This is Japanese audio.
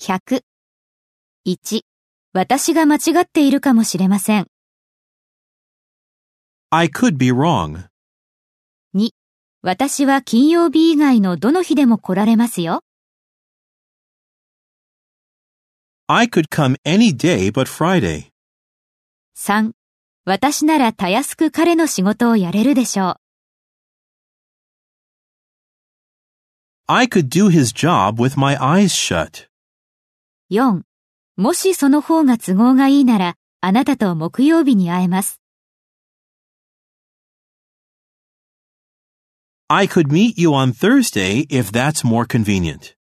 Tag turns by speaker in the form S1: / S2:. S1: 100。1. 私が間違っているかもしれません。
S2: I could be wrong.
S1: 2. 私は金曜日以外のどの日でも来られますよ。
S2: I could come any day but Friday.
S1: 3. 私ならたやすく彼の仕事をやれるでしょう。
S2: I could do his job with my eyes shut.
S1: 4. もしその方が都合がいいなら、あなたと木曜日に会えます。
S2: I could meet you on Thursday if that's more convenient.